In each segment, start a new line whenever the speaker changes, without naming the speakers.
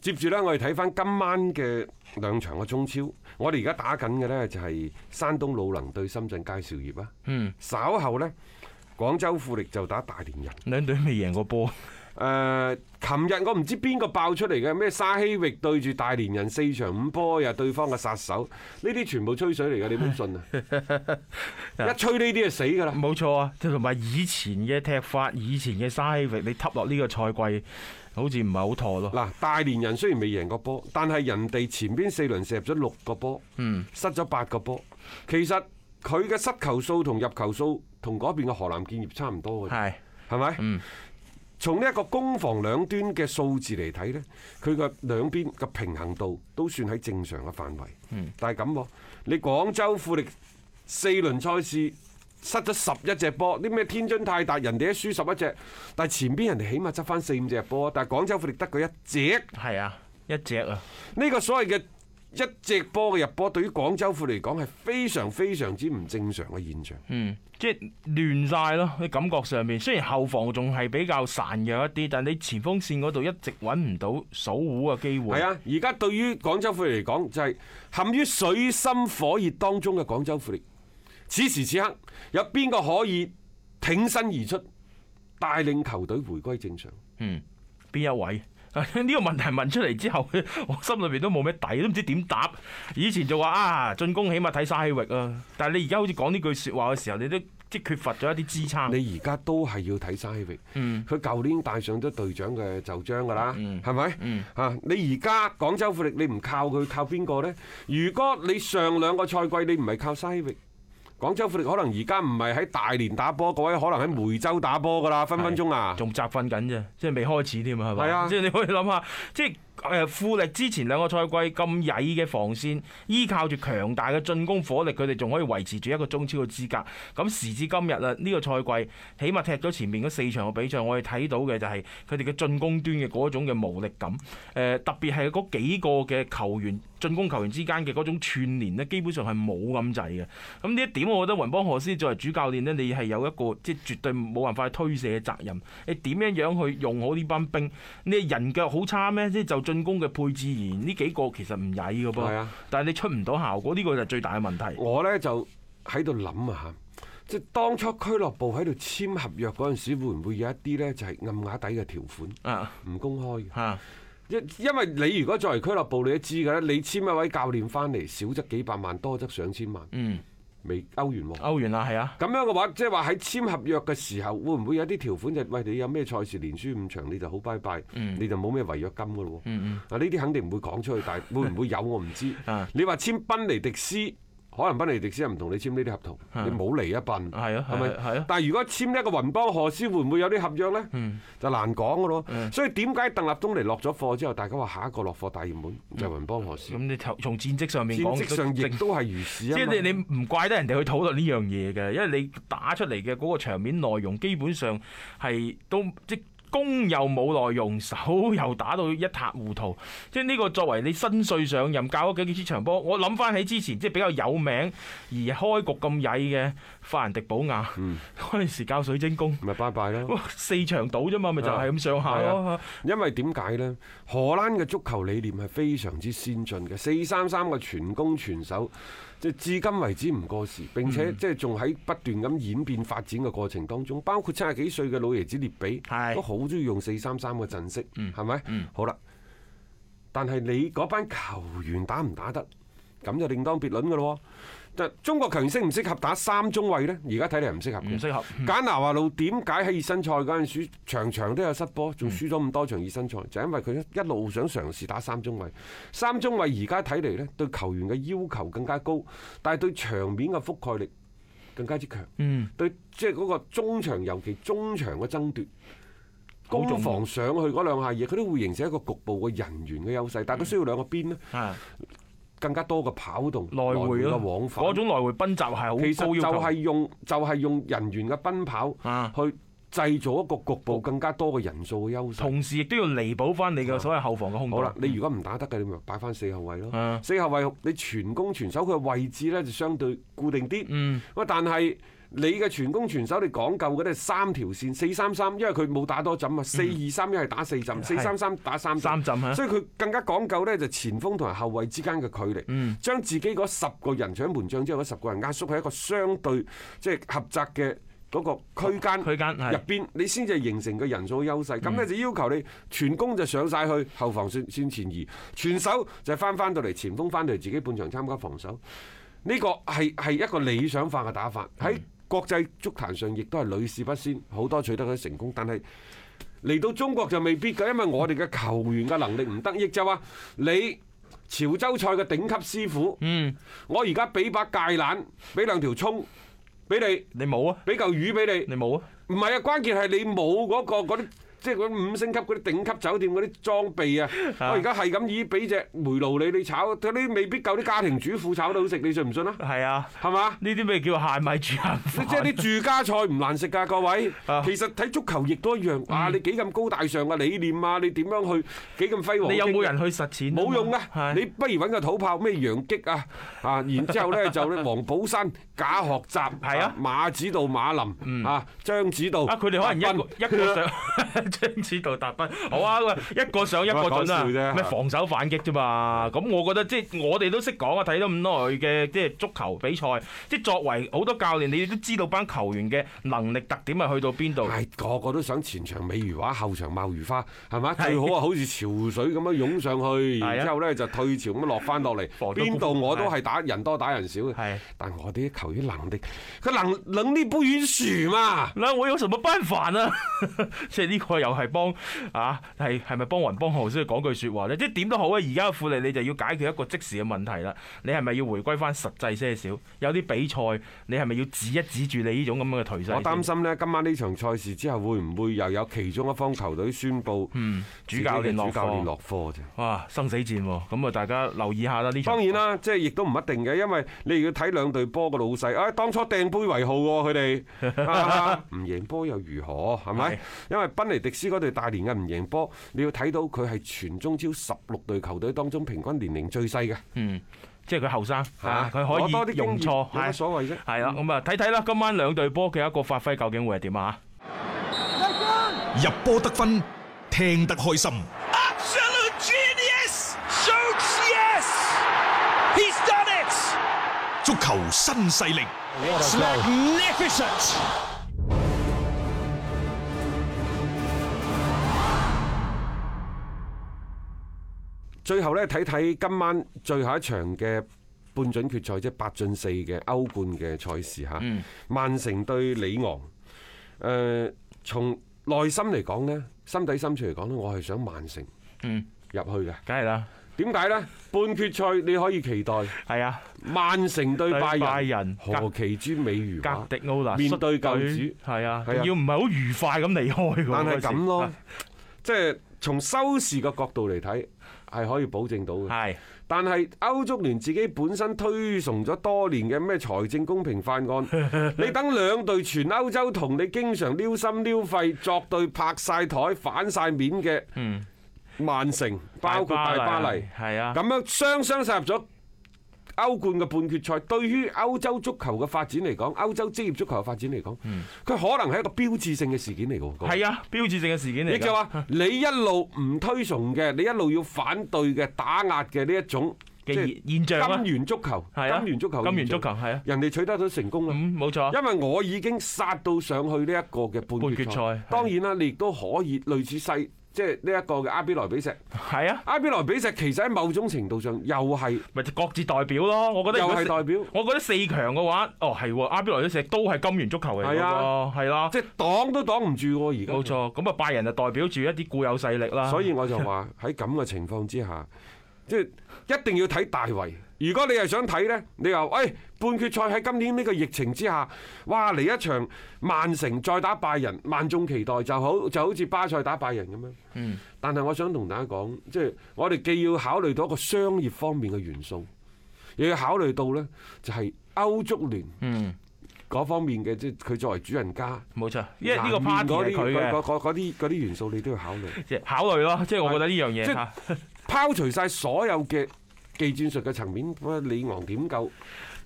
接住呢，我哋睇翻今晚嘅兩場嘅中超，我哋而家打緊嘅呢，就係山東魯能對深圳佳兆業啊。
嗯，
稍後呢，廣州富力就打大連人。
兩隊未贏過波，
誒，琴日我唔知邊個爆出嚟嘅咩沙希域對住大連人四場五波又係對方嘅殺手，呢啲全部吹水嚟嘅，你唔好信啊！一吹呢啲就死㗎啦。
冇錯啊！同埋以前嘅踢法，以前嘅沙希域，你吸落呢個賽季，好似唔係好妥咯。
嗱，大連人雖然未贏過波，但係人哋前邊四輪射入咗六個波，
嗯，
失咗八個波。其實佢嘅失球數同入球數同嗰邊嘅河南建業差唔多嘅，
係，
係咪？
嗯，
從呢一個攻防兩端嘅數字嚟睇呢，佢嘅兩邊嘅平衡度都算喺正常嘅範圍。
嗯
但係咁喎，你廣州富力四輪賽事失咗十一隻波，啲咩天津泰達人哋一輸十一隻，但係前邊人哋起碼執翻四五隻波，但係廣州富力得佢一隻。
係啊，一隻啊，
呢個所謂嘅一隻波嘅入波，對於廣州富力嚟講係非常非常之唔正常嘅現象。
嗯，即係亂晒咯。你感覺上面雖然後防仲係比較孱弱一啲，但你前鋒線嗰度一直揾唔到數糊嘅機會。
係啊，而家對於廣州富力嚟講，就係陷於水深火熱當中嘅廣州富力，此時此刻有邊個可以挺身而出，帶領球隊回歸正常？
嗯，邊一位？ 呢個問題問出嚟之後， 我心裏邊都冇咩底，都唔知點答。以前就話啊，進攻起碼睇沙希域啊，但係你而家好似講呢句説話嘅時候，你都即係缺乏咗一啲支撐。
你而家都係要睇沙希域，
嗯
佢舊年帶上咗隊長嘅袖章㗎啦，
嗯
係咪？
嗯
啊！你而家廣州富力，你唔靠佢，靠邊個呢？如果你上兩個賽季你唔係靠西域，廣州富力可能而家唔係喺大連打波，各位可能喺梅州打波噶啦，分分鐘啊！
仲集訓緊啫，即係未開始添啊，係咪？
係啊
即係你可以諗下，即係誒富力之前兩個賽季咁曳嘅防線，依靠住強大嘅進攻火力，佢哋仲可以維持住一個中超嘅資格。咁時至今日啦，呢、個賽季起碼踢咗前面嗰四場嘅比賽，我哋睇到嘅就係佢哋嘅進攻端嘅嗰種嘅無力感。誒、特別係嗰幾個嘅球員進攻球員之間嘅嗰種串連呢，基本上係冇咁滯嘅。咁呢一點，我覺得雲邦何斯作為主教練呢，你係有一個即係絕對冇辦法去推卸嘅責任。你點樣樣去用好呢班兵？你人腳好差咩？即係就進攻嘅配置而言，呢幾個其實唔曳嘅
係
噃，
啊，
但係你出唔到效果，呢、個就係最大嘅問題。
我呢就喺度諗啊嚇，即係當初俱樂部喺度簽合約嗰陣時，會唔會有一啲呢就係暗啞底嘅條款
啊
唔公開嘅？
嚇，
因因為你如果作為俱樂部，你都知㗎啦，你簽一位教練翻嚟，少則幾百萬，多則上千萬，
嗯，
未歐元喎。
歐元啊，係啊，
咁樣嘅話，即係話喺簽合約嘅時候，會唔會有啲條款就係喂你有咩賽事連輸五場你就好拜拜，你就冇咩違約金嘅咯喎？
嗯
啊呢啲肯定唔會講出去，但係會唔會有我唔知
啊。
你話簽賓尼迪斯，可能賓尼迪斯又唔同你簽呢啲合同，你冇嚟一笨，
係啊
係咪？
係啊
但係如果簽呢一個雲邦何斯，會唔會有啲合約呢？就難講嘅咯。所以點解鄧立東尼落咗貨之後，大家話下一個落貨大熱門就係雲邦何斯
咁？你從從戰績上面
戰
講，
績上亦
正
都係如是
即
啊嘛。
係你你唔怪得人哋去討論呢樣嘢嘅，因為你打出嚟嘅嗰個場面內容基本上係都即攻又冇內容，守又打到一塌糊塗。即係呢個作為你新帥上任教咗幾幾場波，我諗翻起之前即係比較有名而開局咁曳嘅法蘭迪保亞
嗯
嗰陣時教水晶宮，
咪拜拜咯。
哇四場到啫嘛，咪就係咁上下
啊係
咯。
因為點解呢？荷蘭嘅足球理念係非常之先進嘅，四三三嘅全攻全守，即係至今為止唔過時，並且
嗯
即係仲喺不斷咁演變發展嘅過程當中，包括七十幾歲嘅老爺子列比
係
都好中意用四三三嘅陣式，
嗯
係咪？
嗯
好啦，但係你嗰班球員打唔打得，咁就另當別論嘅咯喎。但中國球員適唔適合打三中衞呢？而家睇嚟係唔適合嘅
唔。適合。
簡拿華路點解喺熱身賽嗰陣時場場都有失波，
嗯
仲輸咗咁多場熱身賽，就因為佢一路想嘗試打三中衞。三中衞而家睇嚟呢，對球員嘅要求更加高，但係對場面嘅覆蓋力更加之強。
嗯，
對，即係嗰個中場，尤其中場嘅爭奪。
好重要
攻防上去嗰兩下嘢，佢都會形成一個局部嘅人員嘅優勢，
嗯
但係佢需要兩個邊呢，
啊，
更加多嘅跑動、
來回
嘅
咯，
往返。
嗰種來回奔襲係好
其實
高
就
要求。
係用就係用人員嘅奔跑
啊
去製造一個局部更加多嘅人數嘅優勢。
同時亦都要彌補翻你嘅所謂後防嘅空檔。
好啦，你如果唔打得嘅，你咪擺翻四後衞咯。
啊
四後衞你全攻全守，佢嘅位置呢就相對固定啲。
嗯，
喂，但係你嘅全攻全守，你講究嘅咧係三條線，四三三，因為佢冇打多陣啊，四二三一係打四陣，四三三打三
嗯三啊
陣，
陣嚇，
所以佢更加講究呢就前鋒同埋後衞之間嘅距離，
嗯
將自己嗰十個人除咗門將之後嗰十個人壓縮喺一個相對即係狹窄嘅嗰個區間。
區間係嗯
入邊你先至形成個人數嘅優勢，咁呢就要求你全攻就上晒去後防線線前移，全守就翻翻到嚟前鋒翻到嚟自己半場參加防守，呢個係係一個理想化嘅打法
嗯
喺國際足壇上亦都係屢試不鮮，好多取得佢成功，但係。嚟到中國就未必㗎，因為我哋嘅球員嘅能力唔得，亦就話你潮州賽嘅頂級師傅，
嗯，
我而家俾把芥蘭，俾兩條葱，俾你，
你冇啊，
俾嚿魚俾你，
你冇啊，
唔係啊，關鍵係你冇嗰、個嗰啲。即係嗰啲五星級嗰啲頂級酒店嗰啲裝備啊！我而家係咁以俾隻煤爐你，你炒嗰啲未必夠啲家庭主婦炒到好食，你信唔信啊？
係啊，
係 嘛？
呢啲咩叫限米煮限
即係
飯？
啲住家菜唔難食㗎，各位
啊。嗯
其實睇足球亦都一樣。啊，你幾咁高大上嘅理念啊，你點樣去幾咁輝煌？
你有冇人去實踐啊嘛？
冇用
係
㗎，你不如揾個土炮咩楊激啊，啊，然之後咧 就咧黃寶山、假學習，
係啊嗯
馬指導、馬林啊、張指導，
啊！佢哋可能一
阿
個
斌
一個上 張指導達斌，好啊！喂一個上一個
講
準啊
笑，啫
咩
嚇
防守反擊啫嘛。咁我覺得即係我哋都識講啊，睇咗咁耐嘅即係足球比賽，即係作為好多教練，你都知道班球員嘅能力特點係去到邊度。
係個個都想前場美如畫，後場貌如花，係嘛？最好啊，好似潮水咁樣湧上去，
係啊
然之後咧就退潮咁樣啊落翻落嚟。
防到
邊度
功
我都係打人多打人少嘅，
係，
但我哋啲球員能力，佢能能力不允許嘛。
嗱，我有什麼辦法啊？ 即係呢個又係幫啊，係係咪幫雲幫號先講句説話咧？即係點都好啊！而家嘅富力你就要解決一個即時嘅問題啦。你係咪要回歸翻實際些少？有啲比賽你係咪要指一指住你呢種咁樣嘅頹勢先？
我擔心呢，今晚呢場賽事之後會唔會又有其中一方球隊宣布
嗯，主教
自己
練
嘅
落
主教練
課，
落課啫？
哇，生死戰喎！咁啊，大家留意下啦呢場。
當然，啦，即係亦都唔一定嘅，因為你要睇兩隊波嘅老細。啊，當初掟杯為號喎，佢哋 啊唔贏波又如何？係
係
咪？因為賓尼迪斯嗰隊大連嘅唔贏波，你要睇到佢係全中超十六隊球隊當中平均年齡最細嘅，
嗯，即係佢後生
係嘛
啊，佢可
攞多啲
以用
經驗
錯，
有乜
係
所謂啫？
係啦。咁啊，睇睇啦，今晚兩隊波嘅一個發揮究竟會係點啊？
入波得分，聽得開心。
Absolute genius! Shoots yes! He's done it!
足球新勢力，
Magnificent!
最後呢，睇睇今晚最後一場嘅半準決賽，即係八進四嘅歐冠嘅賽事嚇。
嗯
曼城對里昂，誒、從內心嚟講呢，心底深處嚟講呢，我係想曼城
嗯
入去嘅。
梗係啦，
點解呢？半決賽你可以期待
係啊。
曼城對拜
對拜
仁
仁，
何其之美如畫
格。迪奧拿
面對
率隊
舊主
係啊，
係啊
要唔係好愉快咁離開㗎
但係咁咯
嗰時，
即係從收視嘅角度嚟睇，係可以保證到嘅。
係
但係歐足聯自己本身推崇咗多年嘅咩財政公平法 案，你等兩隊全歐洲同你經常撩心撩肺作對拍晒台反晒面嘅
嗯，
曼城，包括大巴黎，
係啊，
咁樣雙雙殺入咗。歐冠嘅半決賽對於歐洲足球嘅發展嚟講，歐洲職業足球嘅發展嚟講，佢、可能係一個標誌性嘅事件嚟嘅喎。
係啊，標誌性嘅事件嚟㗎。
亦就話你一路唔推崇嘅，你一路要反對嘅、打壓嘅呢一種
嘅
即係
現現象啊
金元足球，
係啊
金元足球，
金元足球係啊，
人哋取得咗成功啦。
嗯，冇錯啊，
因為我已經殺到上去呢一個嘅半決
半決賽
賽，當然啦，你亦都可以類似細，即係呢一個嘅阿比萊比錫。
係啊，
阿比萊比錫其實喺某種程度上又係
咪就各自代表咯。我覺得如
又
果
係
四
代表，
我覺得四強嘅話，哦係喎，阿比萊啲石都係金元足球嚟㗎
係
喎，
啊
係啦，
即係擋都擋唔住喎。而家
冇錯。咁啊，拜仁就代表住一啲固有勢力 啦。
所以我就話喺咁嘅情況之下，即係一定要睇大圍。如果你係想睇呢，你又誒、哎半決賽喺今年呢個疫情之下，哇嚟一場曼城再打拜仁，萬眾期待就好，就好似巴塞打拜仁咁樣。嗯。但係我想同大家講，即係我哋既要考慮到一個商業方面嘅元素，又要考慮到呢就係歐足聯
嗯，
嗰方面嘅，即係佢作為主人家，
冇錯，因為呢個
難
party
免嗰
係
啲
佢
嗰
嘅，
嗰嗰啲嗰啲元素你都要考慮。
即係考慮咯。即係我覺得呢樣嘢
即係
嚇
拋除晒所有嘅技戰術嘅層面，咁啊李昂點救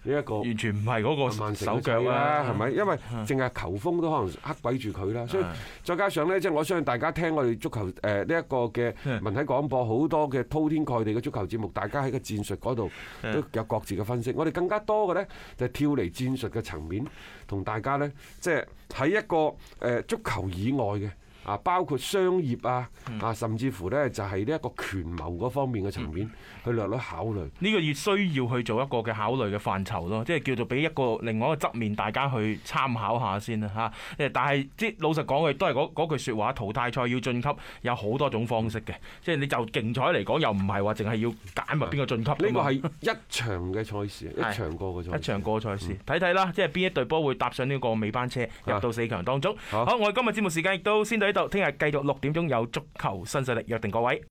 呢一個
完全唔係嗰個
曼城
手腳
啦，
啦，嗯
係咪？因為淨係球風都可能黑鬼住佢啦，所以再加上呢，即係我相信大家聽我哋足球誒呢一個嘅
嗯
文體廣播好多嘅鋪天蓋地嘅足球節目，大家喺個戰術嗰度
嗯
都有各自嘅分析。我哋更加多嘅呢，就係跳離戰術嘅層面，同大家呢，即係喺一個誒足球以外嘅。啊，包括商業啊，
嗯
啊，甚至乎呢，就係呢一個權謀嗰方面嘅層
嗯
面，去略略考慮。
呢個要需要去做一個嘅考慮嘅範疇咯，即係叫做俾一個另外一個側面大家去參考下先啦嚇。誒，但係即係老實講嘅，都係嗰嗰句説話，淘汰賽要晉級有好多種方式嘅，即係你就競賽嚟講，又唔係話淨係要揀埋邊個晉級㗎
呢個
嘛。
係一場嘅賽事，一
啊係
場過嘅賽事。
一場過賽
嗯
事，睇睇啦，即係邊一隊波會搭上呢個尾班車入到四強當中。
啊好
好，我哋今日節目時間亦都先到呢度，聽日繼續六點鐘有足球新勢力，約定各位。